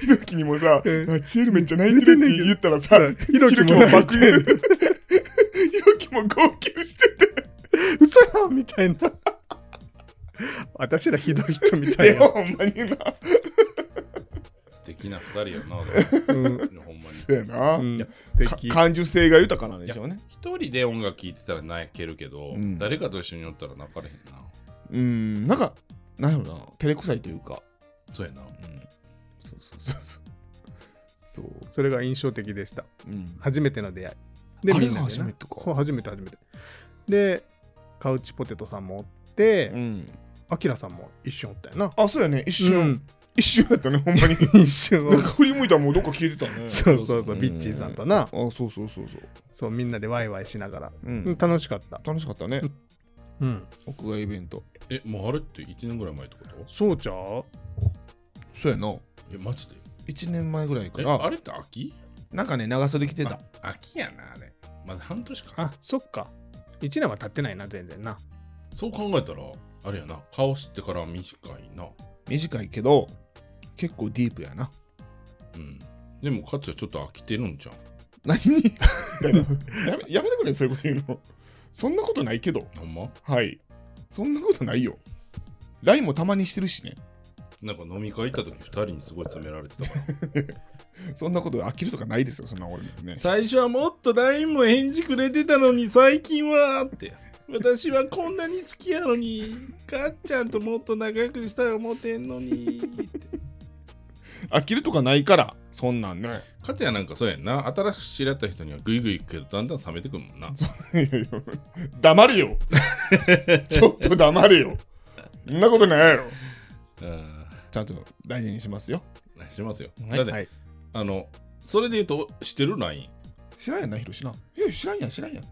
Speaker 3: ひろきにもさ、
Speaker 4: うん
Speaker 3: あチエルめっちゃ泣いてるって言ったらさ、ひ
Speaker 4: ひろ
Speaker 3: ろき
Speaker 4: き
Speaker 3: も
Speaker 4: も
Speaker 3: 爆言。ひろきも号泣してて、
Speaker 4: 嘘やんみたいな。私らひどい人みたい
Speaker 3: で
Speaker 4: な。
Speaker 3: ほんまにな。
Speaker 2: 素敵な二人やな、
Speaker 4: うん
Speaker 2: ほんまに。
Speaker 3: そうやな。
Speaker 4: うん
Speaker 2: いや
Speaker 4: 素
Speaker 3: か
Speaker 4: 敵。
Speaker 3: 感受性が豊かなんでしょうね。
Speaker 2: 一人で音楽聴いてたら泣けるけど、
Speaker 5: うん
Speaker 2: 誰かと一緒におったら泣かれへんな。
Speaker 5: うん、なんか、なんやろな、照れくさいというか。
Speaker 2: そうやな。
Speaker 5: うん。そうそうそうそう。そう。
Speaker 4: それが印象的でした。
Speaker 5: うん。
Speaker 4: 初めての出会い。
Speaker 5: あれ
Speaker 4: みん
Speaker 5: が
Speaker 4: なでな
Speaker 5: 初めてか
Speaker 4: そう、初めて初めて。で、カウチポテトさんもおって
Speaker 5: う、ん。
Speaker 4: アキラさんも一緒におったよな。
Speaker 3: あ、そうやね。一瞬、
Speaker 4: うん
Speaker 3: 一瞬だったね、ほんまに。
Speaker 4: 一瞬
Speaker 3: なんか振り向いたらもうどっか消えてたね。
Speaker 4: そうそうそうう、
Speaker 5: ん
Speaker 4: ビッチーさんとな、
Speaker 5: あ、そうそうそうそう。
Speaker 4: そう、みんなでワイワイしながら、
Speaker 5: う
Speaker 4: うん
Speaker 5: ん。
Speaker 4: 楽しかった。
Speaker 5: 楽しかったね。
Speaker 4: うん。
Speaker 5: 屋外イベント。
Speaker 2: え、もうあれって1年ぐらい前ってこと
Speaker 4: そうちゃう
Speaker 5: そうやな。
Speaker 2: え、マジで
Speaker 5: 1年前ぐらいか
Speaker 2: え、
Speaker 5: ら。
Speaker 2: あれって秋
Speaker 5: なんかね、長袖着てた。
Speaker 2: あ秋やな、あれ。まだ半年か。
Speaker 4: あ、そっか。1年は経ってないな、全然な。
Speaker 2: そう考えたら、あれやな、顔知ってから短いな。
Speaker 5: 短いけど、結構ディープや な。
Speaker 2: うん。でも、かつはちょっと飽きてるんじゃん。
Speaker 5: 何に
Speaker 3: やめやめてくれ、そういうこと言うの。そんなことないけど。
Speaker 2: ほんま
Speaker 3: はい。そんなことないよ。
Speaker 5: ラインもたまにしてるしね。
Speaker 2: なんか飲み会行った時2人にすごい詰められてたから
Speaker 3: そんなこと飽きるとかないですよ、そんな俺もね。
Speaker 2: 最初はもっと LINE も返事くれてたのに最近はって私はこんなに好きやのにかっちゃんともっと仲良くしたい思てんのに
Speaker 3: 飽きるとかないから、そんなんね。
Speaker 2: かつやなんかそうやんな新しく知り合った人にはグイグイ行くけどだんだん冷めてくるもんない
Speaker 3: やいや 黙れ よ。ちょっと黙れよ。そんなことないよ。
Speaker 2: うん
Speaker 5: ちゃんと大事にしますよ。
Speaker 2: しますよ、
Speaker 5: はい
Speaker 2: だって、
Speaker 4: はい
Speaker 2: あのそれで言うとしてる LINE
Speaker 5: 知らんやんな、ヒロシな。いや、知らんやん、知らんやん。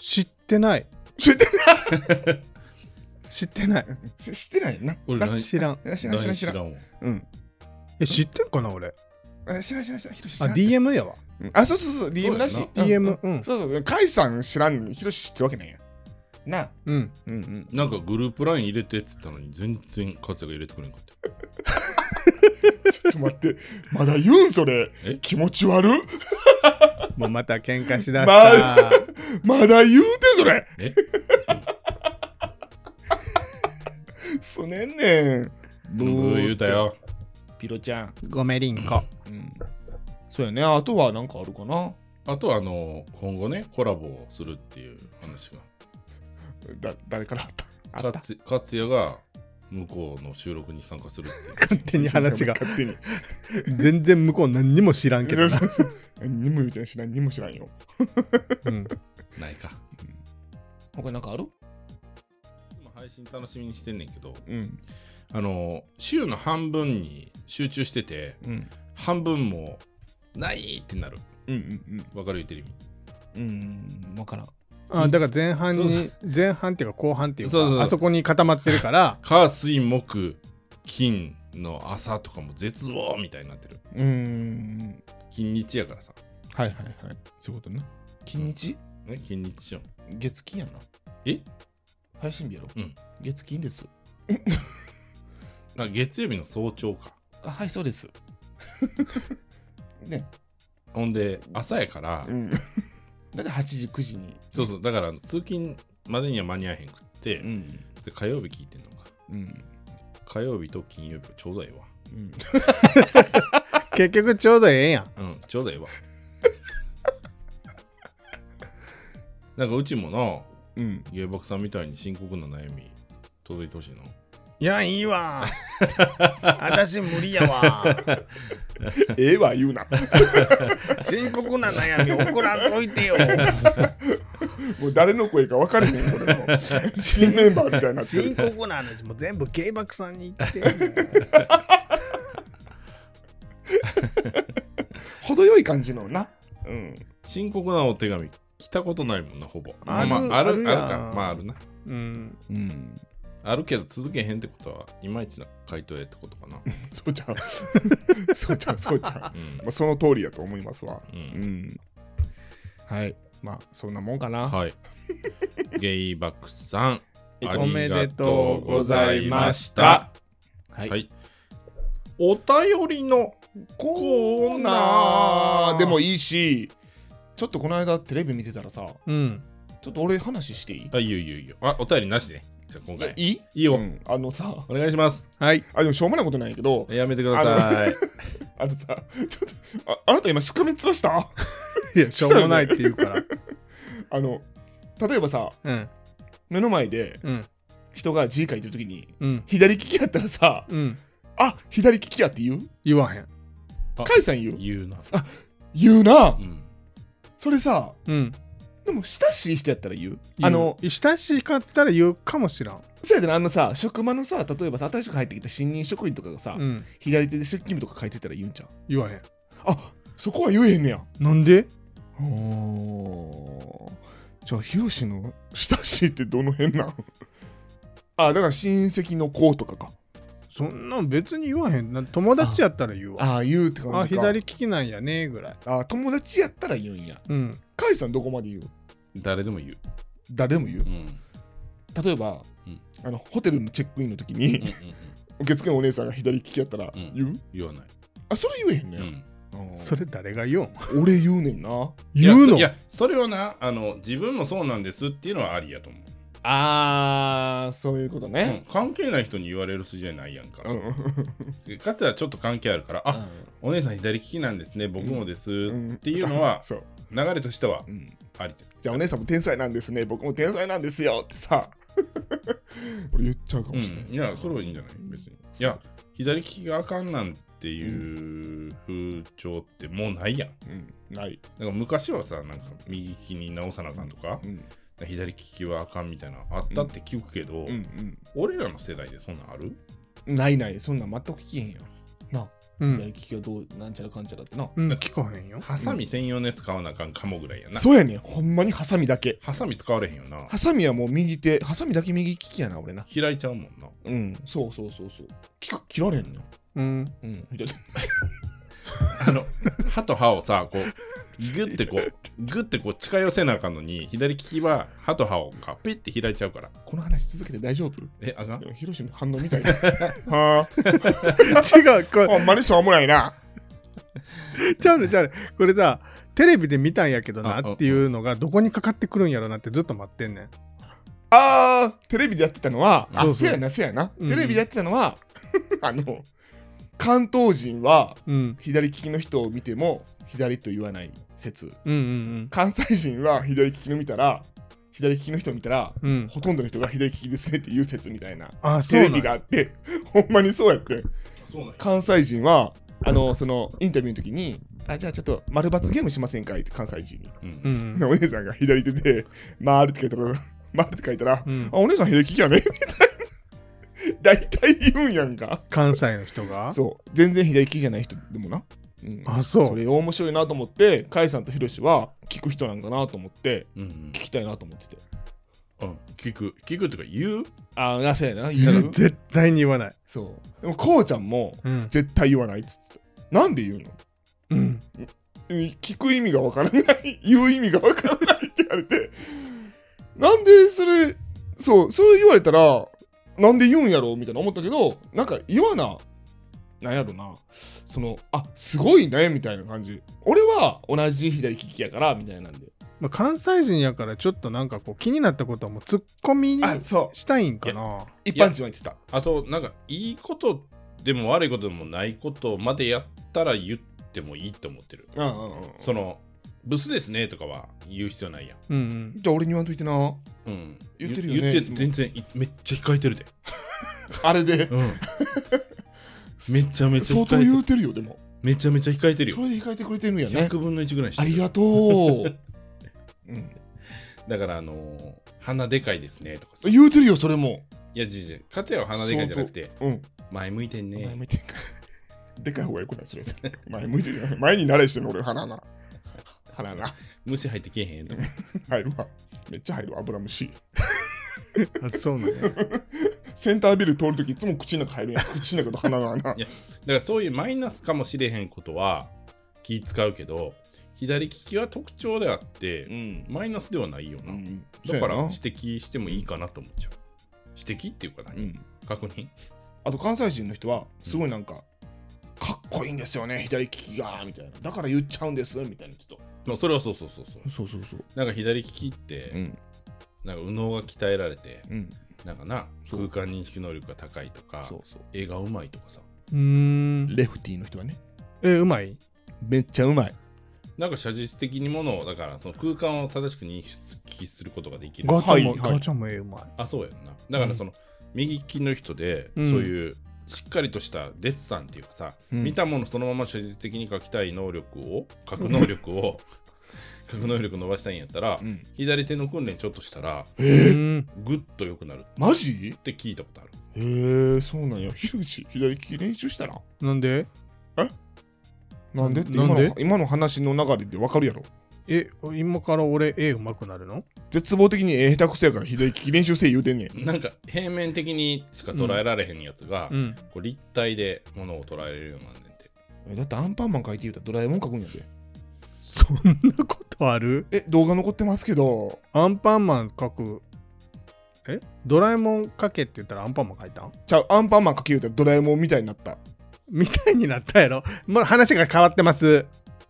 Speaker 4: 知ってない。
Speaker 3: 知って
Speaker 4: 知ってない。
Speaker 5: し 知ってないやんな。
Speaker 2: 俺 LINE
Speaker 4: 知らん。
Speaker 5: いや知らん、知らん、知らん。
Speaker 2: んわ
Speaker 5: うん。
Speaker 4: え、知ってんかな、俺。
Speaker 5: あ知らん、知らん、知らん、ヒロシ知
Speaker 4: あ、
Speaker 5: らん。
Speaker 4: DM やわ。
Speaker 5: うんあ、そうそうそう、DM らしい。
Speaker 4: そうやな
Speaker 5: うん
Speaker 4: DM うん
Speaker 5: そうそう、カイさん知らん、ヒロシ知ってわけないやん。なあ。
Speaker 4: うん。
Speaker 5: うん うん。
Speaker 2: なんかグループ LINE 入れてって言ったのに全然勝也が入れてくれんかった
Speaker 3: ちょっと待って。まだ言うん、それ
Speaker 2: え。
Speaker 3: 気持ち悪っ。
Speaker 4: もうまた喧嘩しだした。
Speaker 3: ままだ言うて、それ。
Speaker 2: え
Speaker 3: そねんねん。
Speaker 5: ブ
Speaker 2: ブー言うた。よ
Speaker 5: ピロちゃん。
Speaker 4: ごめりんこ。
Speaker 5: うん。そうやね。あとはなんかあるかな。
Speaker 2: あとはあの今後ねコラボをするっていう話
Speaker 3: だ、誰からあった
Speaker 5: あ
Speaker 2: が
Speaker 5: っ
Speaker 2: か
Speaker 5: た。
Speaker 2: つ勝也が向こうの収録に参加するって
Speaker 4: 勝手に話が。
Speaker 3: 勝手 に。
Speaker 4: 全然向こう何にも知らんけ どな。
Speaker 3: 何にも言うてないし、何にも知らんよ。
Speaker 4: うん
Speaker 2: ないか
Speaker 5: 他なんかある
Speaker 2: 今配信楽しみにしてんねんけど
Speaker 5: うん。
Speaker 2: あの週の半分に集中してて
Speaker 5: うん。
Speaker 2: 半分もないってなる
Speaker 5: うんうん
Speaker 2: わかる言ってる意味
Speaker 5: うん。うん。わからん。
Speaker 4: あだから前半
Speaker 2: そう
Speaker 4: に、前半っていうか後半っていう
Speaker 2: そうそうそう
Speaker 4: か、あそこに固まってるから、
Speaker 2: 火水木金の朝とかも絶望みたいになってる
Speaker 5: うん。
Speaker 2: 金日やからさ
Speaker 5: はいはいはい。そういうことね。近日
Speaker 2: ね金日よ
Speaker 5: 月金やんな。
Speaker 2: え
Speaker 5: 配信日やろ
Speaker 2: うん。
Speaker 5: 月金です。
Speaker 2: あ月曜日の早朝か
Speaker 5: あ、はい、そ うです。ね。
Speaker 2: ほんで朝やから、
Speaker 3: うん。
Speaker 5: だって8時、9時に。
Speaker 2: そうそうだから通勤までには間に合えへんくって、
Speaker 5: うん。
Speaker 2: で火曜日聞いてんのか
Speaker 5: うん。
Speaker 2: 火曜日と金曜日はちょうどええ
Speaker 5: うん。
Speaker 4: 結局ちょうどええやん。
Speaker 2: わうんちょうどええ わなんかうちもな
Speaker 5: うん。
Speaker 2: 芸爆さんみたいに深刻な悩み届いてほしいない
Speaker 4: や、いい わ。私無理やわ。
Speaker 3: ええわ、言うな。
Speaker 4: 深刻な悩み怒らんといて よ。
Speaker 3: もう誰の声か分かれへん、これ の。新メンバーみたいになってる。
Speaker 4: 刻な話も全部芸爆さんに言って。
Speaker 3: 程よい感じのな。うん。
Speaker 2: 深刻なお手紙来たことないもんなほぼ
Speaker 4: ある
Speaker 2: まあ、あるあ
Speaker 4: あ
Speaker 2: る
Speaker 4: るやん
Speaker 2: かまああるな
Speaker 4: うん。
Speaker 5: うん。
Speaker 2: あるけど続けへんってことはいまいちな回答やってことかな、
Speaker 3: そうちゃう。そうちゃう、そうちゃう。ま
Speaker 2: うん
Speaker 3: あ、その通りだと思いますわ。
Speaker 2: う
Speaker 5: うんん。はい。
Speaker 3: まあ、そんなもんかな。
Speaker 2: はいゲイバックさん。
Speaker 4: おめでとうございました
Speaker 5: は
Speaker 2: はいい。お便りのコーナー
Speaker 5: でもいいしちょっとこの間テレビ見てたらさ
Speaker 4: うん。
Speaker 5: ちょっと俺話していい
Speaker 2: あ、いいよいいよいいよ。あ、お便りなしで。じゃあ今回。い
Speaker 5: いい
Speaker 2: い
Speaker 5: う
Speaker 2: よ、
Speaker 5: んあのさ
Speaker 2: お願いします。
Speaker 4: はい。
Speaker 5: あでもしょうもないことないけど
Speaker 2: やめてください。
Speaker 5: あのさちょっとああなた今しかめっ面した
Speaker 4: いや、しょうもないって言うから。
Speaker 5: あの例えばさ
Speaker 4: うん。
Speaker 5: 目の前で
Speaker 4: うん。
Speaker 5: 人が字書いてる時に
Speaker 4: うん。
Speaker 5: 左利きやったらさ
Speaker 4: うん。
Speaker 5: あ左利きやって言う
Speaker 4: 言わへん。
Speaker 2: あ
Speaker 5: 甲斐さん言う
Speaker 2: 言うな。
Speaker 5: 言うな
Speaker 2: うん。
Speaker 5: それさ
Speaker 4: うん。
Speaker 5: でも親しい人やったら言うあの
Speaker 4: 言う、親しかったら言うかもしらん。
Speaker 5: そうやでなあのさ職場のさ例えばさ新しく入ってきた新任職員とかがさ、
Speaker 4: うん。
Speaker 5: 左手で出勤日とか書いてたら言うんちゃう
Speaker 4: 言わへん。
Speaker 5: あそこは言えへんねや
Speaker 4: なんで
Speaker 5: おじゃあヒロシの親しいってどの辺なんあだから親戚の子とかか
Speaker 4: そんなん別に言わへん。な友達やったら言うわ。
Speaker 5: ああ言うって感
Speaker 4: あ、
Speaker 5: じか
Speaker 4: 左利きなんやねぐらい。
Speaker 5: あ友達やったら言うんや
Speaker 4: うん。
Speaker 5: 甲斐さんどこまで言う
Speaker 2: 誰でも言う。
Speaker 5: 誰でも言う
Speaker 2: うん。うん
Speaker 5: 例えば、
Speaker 2: うん
Speaker 5: あのホテルのチェックインの時に、
Speaker 2: うんうん
Speaker 5: 受付のお姉さんが左利きやったら
Speaker 2: うん
Speaker 5: 言う、
Speaker 2: 言わない。
Speaker 5: あそれ言えへんね、
Speaker 2: うんん。
Speaker 5: あー
Speaker 4: それ誰が言うん
Speaker 5: 俺言うねんな
Speaker 4: 言うの
Speaker 2: いやそいや、それはな、あの、自分もそうなんですっていうのはありやと思う。
Speaker 5: あーそういうこと
Speaker 2: う
Speaker 5: ね、
Speaker 2: ん、関係ない人に言われる筋じゃないやんか
Speaker 5: う。ん、
Speaker 2: かつはちょっと関係あるから、あ、お姉さん左利きなんですね、僕もです、っていうの は
Speaker 5: そう、
Speaker 2: 流れとしては
Speaker 5: うん
Speaker 2: ありで。
Speaker 5: じゃあお姉さんも天才なんですね僕も天才なんですよってさ 俺言っちゃうか
Speaker 2: うん、
Speaker 5: もしれない、
Speaker 2: いや、それはいいんじゃない別に。いや、左利きがあかんなんていう風潮ってもうないやん。
Speaker 5: うんない、
Speaker 2: なんか昔はさ、なんか右利きに直さなあかんとか
Speaker 5: う、ん
Speaker 2: 左利きはあかんみたいなあったって聞くけど、
Speaker 5: うん
Speaker 2: 俺らの世代でそんなんある
Speaker 5: うん、ないないそんなん全く聞けへんよ
Speaker 4: うん
Speaker 5: 左利。きはどうなんちゃらかんちゃらってな、
Speaker 4: うん、聞かへんよ。
Speaker 2: ハサミ専用のやつ買わなあかんかもぐらいやな。
Speaker 5: そうやねんほんまにハサミだけ
Speaker 2: ハサミ使われへんよな。
Speaker 5: ハサミはもう右手ハサミだけ右利きやな俺な
Speaker 2: 開いちゃうもんな。
Speaker 5: うんそうそうそうそう切か切られんねん
Speaker 4: うん。
Speaker 5: うん左
Speaker 2: あの、 歯と歯をさ、こう、ギュッてこう、ギュッてこう近寄せなあかんのに、左利きは歯と歯をか、ピッて開いちゃうから。
Speaker 5: この話続けて大丈夫
Speaker 2: え、あかん
Speaker 5: でもヒロシの反応みたいな は
Speaker 4: 違う、こ
Speaker 5: あ
Speaker 4: れ、
Speaker 5: ほんまにしょうもないな
Speaker 4: ちゃうね、ちゃうね。これさ、テレビで見たんやけど
Speaker 2: あ
Speaker 4: なっていうのが、どこにかかってくるんやろなってずっと待ってんねん。
Speaker 5: あーテレビでやってたのはあ
Speaker 4: そうそ
Speaker 5: せ
Speaker 4: う
Speaker 5: やなせやな、
Speaker 4: うん
Speaker 5: テレビでやってたのは あの関東人は
Speaker 4: うん。
Speaker 5: 左利きの人を見ても左と言わない説
Speaker 4: うんうん
Speaker 5: 関西人は左利きの見たら左利きの人を見たら、
Speaker 4: うん。うん。
Speaker 5: ほとんどの人が左利きですねっていう説みたいな
Speaker 4: あ、そう
Speaker 5: テ
Speaker 4: な
Speaker 5: レ
Speaker 4: んや
Speaker 5: ビがあってほんまにそうやって
Speaker 2: そうなんや
Speaker 5: 関西人はあのそのインタビューの時にあじゃあちょっと丸×ゲームしませんかいって関西人に
Speaker 2: う。
Speaker 4: うんん
Speaker 5: でお姉さんが左手で「回る」って書いたら「回る」って書いたら「
Speaker 4: う ん。うん
Speaker 5: あお姉さん左利きやね」みたいな大体言うんやんか
Speaker 4: 関西の人が
Speaker 5: そう全然左利きじゃない人でもな、うん
Speaker 4: あそう
Speaker 5: それ面白いなと思って甲斐さんとヒロシは聞く人なんかなと思って
Speaker 2: うんうん
Speaker 5: 聞きたいなと思ってて
Speaker 2: うん、聞く、聞くっていうか
Speaker 5: ああそうやな
Speaker 4: だか
Speaker 5: 言
Speaker 4: ら
Speaker 5: う
Speaker 4: 絶対に言わない。
Speaker 5: そうでもこうちゃんも
Speaker 4: うん。
Speaker 5: 絶対言わないっつってたなんで言うの
Speaker 4: うん。
Speaker 5: うん聞く意味がわからない 言う意味がわからないって言われてなんでそれそうそれ言われたらなんで言うんやろみたいな思ったけどなんか言わななんやろなそのあすごいねみたいな感じ俺は同じ左利きやからみたいなんで
Speaker 4: まあ、関西人やからちょっとなんかこう気になったことはもうツッコミに
Speaker 5: あそう
Speaker 4: したいんかな。
Speaker 5: 一般人は言ってた
Speaker 2: 言うあと、なんか、いいことでも悪いことでもないことまでやったら言ってもいいと思ってる。
Speaker 5: うんうんうん
Speaker 2: その、ブスですねとかは言う必要ないやん。
Speaker 4: うんうん。
Speaker 5: じゃあ俺に言わんといてな
Speaker 2: うん。
Speaker 5: 言ってるよね
Speaker 2: 言
Speaker 5: い
Speaker 2: っ
Speaker 5: つ
Speaker 2: て
Speaker 5: も
Speaker 2: 全然い、めっちゃ控えてるで。
Speaker 5: あれで
Speaker 2: うん。めちゃめちゃ
Speaker 5: 相当
Speaker 2: 控えて
Speaker 5: 言
Speaker 2: る。
Speaker 5: うてるよでも
Speaker 2: めちゃめちゃ控えてるよ
Speaker 5: そ。れで控えてくれてるんやね
Speaker 2: 100分の1ぐらいして
Speaker 5: あ
Speaker 2: る
Speaker 5: りがとう、 うん、
Speaker 2: だからあのー鼻でかいですねとかさい
Speaker 5: 言うてるよそれも
Speaker 2: やじいじかつやは鼻でかいじゃなくて
Speaker 5: うん
Speaker 2: 前向いてん
Speaker 5: 前
Speaker 2: ね
Speaker 5: 向いてんかでかい方がよくないそれ。前向いてるよ前に慣れしてんの俺、鼻な。鼻な。
Speaker 2: 虫入ってけえへんとか
Speaker 5: 入るわ。めっちゃ入るわ、油虫。
Speaker 4: あ そうなんや。
Speaker 5: センタービル通るときいつも口の中入るやん。口の中と鼻の 穴。
Speaker 2: いやだからそういうマイナスかもしれへんことは気使うけど左利きは特徴であって
Speaker 5: ん。
Speaker 2: マイナスではないよな、
Speaker 5: うん、
Speaker 2: だから
Speaker 5: そうや
Speaker 2: 指摘してもいいかなと思っちゃう指摘っていうか
Speaker 5: う
Speaker 2: 何、
Speaker 5: ん、
Speaker 2: 確認
Speaker 5: あと関西人の人はすごいなんか、かっこいいんですよね左利きがみたいなだから言っちゃうんですみたいなちょっ
Speaker 2: まあそれはそうそうそうそう
Speaker 5: とそうそうそう
Speaker 2: なんか左利きっ
Speaker 5: う
Speaker 2: て、
Speaker 5: ん
Speaker 2: なんか右脳が鍛えられて
Speaker 5: うん
Speaker 2: なんかな
Speaker 5: そう
Speaker 2: 空間認識能力が高いとか
Speaker 5: そうそう
Speaker 2: 映画うまいとかさ
Speaker 4: うーん。
Speaker 5: レフティーの人はね
Speaker 4: え、うまい
Speaker 5: めっちゃうまい
Speaker 2: なんか写実的にものをだからその空間を正しく認識することができる
Speaker 4: ガチャも、
Speaker 5: はいはい
Speaker 4: ガチャもええうまい。
Speaker 2: あそうやんなだからその、右利きの人で、
Speaker 4: うん
Speaker 2: そういうしっかりとしたデッサンっていうかさ、
Speaker 5: うん
Speaker 2: 見たものそのまま写実的に描きたい能 力を描く能力を描く能力伸ばしたいんやったら、
Speaker 5: うん
Speaker 2: 左手の訓練ちょっとしたら
Speaker 4: えー、
Speaker 2: グッと良くなるっ
Speaker 5: マジ
Speaker 2: て聞いたことある
Speaker 5: へえそうなんや樋口左利き練習したら
Speaker 4: なんで
Speaker 5: なんでって
Speaker 4: な
Speaker 5: 今
Speaker 4: んで
Speaker 5: の今の話の流れでわかるやろ
Speaker 4: え、今から俺、絵うまくなるの
Speaker 5: 絶望的にええ下手くそやから左利き練習せえ言うてんねん
Speaker 2: なんか平面的にしか捉えられへんやつが、
Speaker 4: うん。
Speaker 2: こう立体でものを捉えれるようになんねんて
Speaker 5: えだってアンパンマン書いて言うたらドラえもん書くんやで
Speaker 4: そんなことある
Speaker 5: え動画残ってますけど
Speaker 4: アンパンマン描く。えドラえもん描けって言ったらアンパンマン描いたん
Speaker 5: ちゃうアンパンマン書け言うたらドラえもんみたいになった
Speaker 4: みたいになったやろ。まあ、話が変わってます。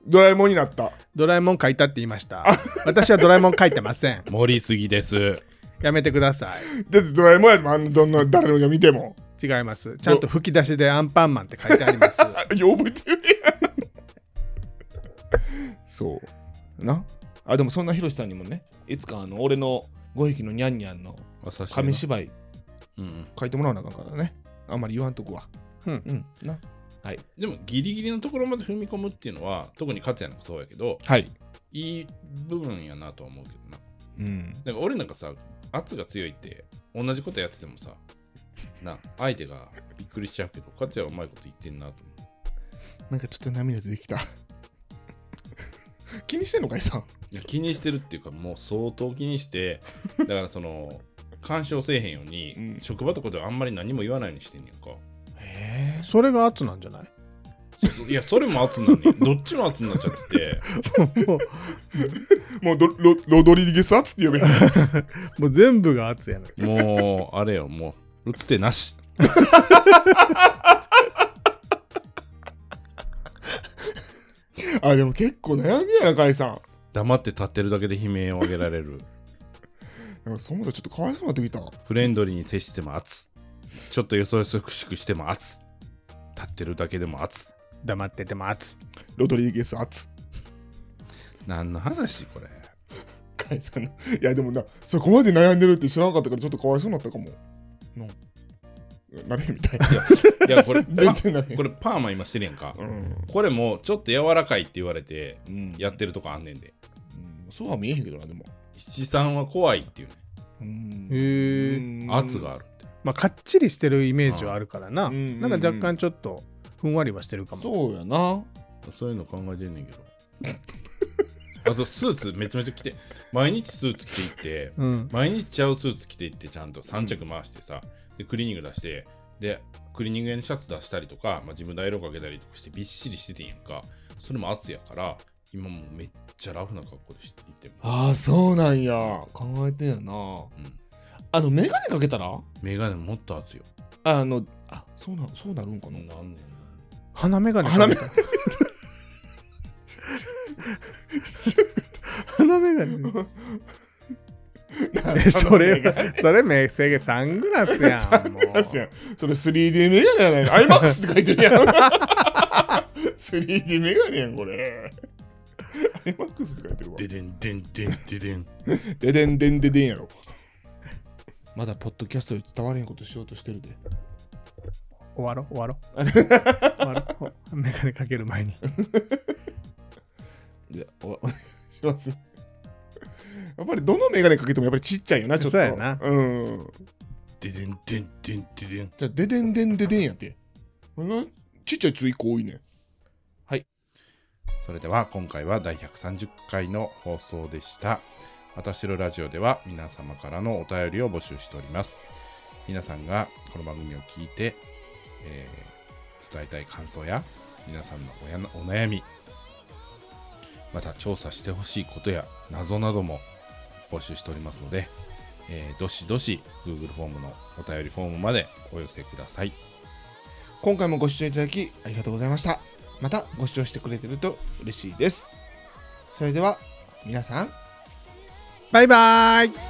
Speaker 5: ドラえもんになった
Speaker 4: ドラえもん描いたって言いま した。私はドラえもん描いてません。
Speaker 2: 盛りすぎです
Speaker 4: やめてくださ
Speaker 5: だってドラえもんやもんあんどんな誰が見ても
Speaker 4: い。違います。ちゃんと吹き出しでアンパンマンって書いてあります。
Speaker 5: あよう覚えてるやん そうなあでもそんなひろしさんにもねいつかあの俺の五匹のニャンニャンの
Speaker 2: あ差し入れ
Speaker 5: 紙
Speaker 2: な
Speaker 5: 芝居
Speaker 2: うんうん
Speaker 5: 書いてもらわなあかんからねあんまり言わんとこは
Speaker 4: うん
Speaker 5: うんな
Speaker 2: でもギリギリのところまで踏み込むっていうのは特に勝也なんかそうやけど
Speaker 5: はい
Speaker 2: いい部分やなとは思うけどな
Speaker 5: うん
Speaker 2: なんか俺なんかさ圧が強いって同じことやっててもさな相手がびっくりしちゃうけど勝也はうまいこと言ってんなと思
Speaker 5: なんかちょっと涙出てきた。 気にしてんのかいさん。
Speaker 2: ういや気にしてるっていうかもう相当気にしてだからその干渉せえへんように、
Speaker 5: うん
Speaker 2: 職場とかではあんまり何も言わないようにしてんねんか
Speaker 5: え
Speaker 4: それが圧なんじゃない
Speaker 2: そいやそれも圧なの にどっちも圧になっちゃってて
Speaker 4: も
Speaker 5: えもうドロロドリゲスアツって呼べ。
Speaker 4: うもう全部が圧やね
Speaker 2: もうあれよもう打つ手なし
Speaker 5: あ、でも結構悩みやな、かいさん。
Speaker 2: 黙って立ってるだけで悲鳴を上げられる
Speaker 5: なんかそもそもちょっとかわいそうになってきた。
Speaker 2: フレンドリーに接しても熱ちょっとよそよそしくしても熱立ってるだけでも熱
Speaker 4: 黙ってても圧。
Speaker 5: ロドリゲスアツ。
Speaker 2: 何の話これ
Speaker 5: かいさんの。いや、でもな、そこまで悩んでるって知らなかったからちょっとかわいそうになったかも。の。なれへんみたい。
Speaker 2: いやこれ
Speaker 5: 全
Speaker 2: パ
Speaker 5: 然なれへん。
Speaker 2: これパーマ今してるやんか
Speaker 5: うん。
Speaker 2: これもちょっと柔らかいって言われて
Speaker 5: うん
Speaker 2: やってるとこあんねんで
Speaker 5: うんそうは見えへんけどな、でも。
Speaker 2: 七三は怖いっていうね
Speaker 5: うん
Speaker 4: へー
Speaker 5: うん
Speaker 2: 圧があるって
Speaker 4: まあ、かっちりしてるイメージはあるからな。
Speaker 5: うん
Speaker 4: なんか若干ちょっとふんわりはしてるかも。
Speaker 5: そうやな。
Speaker 2: そういうの考えてんねんけど あとスーツめちゃめちゃ着て毎日スーツ着ていって
Speaker 4: うん。
Speaker 2: 毎日ちゃうスーツ着ていってちゃんと3着回してさ、でクリーニング出してでクリーニング屋にシャツ出したりとか、まあ、自分でアイロンかけたりとかしてびっしりしててんやんかそれも圧やから今もうめっちゃラフな格好でしていってる、
Speaker 5: ああ、そうなんや。考えてんやな。
Speaker 2: うん、
Speaker 5: あの、メガネかけたら
Speaker 2: メガネもっと圧よ
Speaker 5: あの、あ、そうな、そうなるんか
Speaker 2: こ
Speaker 5: な
Speaker 2: の。何年
Speaker 4: 鼻眼鏡
Speaker 5: 鼻眼
Speaker 4: 鼻眼鏡 え
Speaker 5: そ
Speaker 4: そ
Speaker 5: れ
Speaker 4: れ
Speaker 5: が。
Speaker 4: それ目線サングラスやんサング
Speaker 5: やつやんそれ 3D メガネやないの。IMAX って書いてるやん。3D メガネやん、これ。IMAX って書いてるわ。
Speaker 2: デデンデンデンデデン
Speaker 5: ででんでんででんやろ。まだポッドキャストで伝われへんことしようとしてるで。
Speaker 4: 終わろ終わろ 終わろ眼鏡かける前に
Speaker 5: で、お します。やっぱりどのメガネかけてもやっぱりちっちゃいよな、ちょっと。
Speaker 4: そうやな
Speaker 5: うん。
Speaker 2: デデンデンデンデデン
Speaker 5: じゃあ、ででんでんででんやって。うんちっちゃいつ一個多いね。
Speaker 2: それでは今回は第130回の放送でした。あたしろラジオでは皆様からのお便りを募集しております。皆さんがこの番組を聞いて、えー伝えたい感想や皆さんのおやなお悩み、また調査してほしいことや謎なども募集しておりますので、えーどしどし Google フォームのお便りフォームまでお寄せください。
Speaker 5: 今回もご視聴いただきありがとうございましたまたご視聴してくれてると嬉しいですそれでは皆さん
Speaker 4: バイバーイ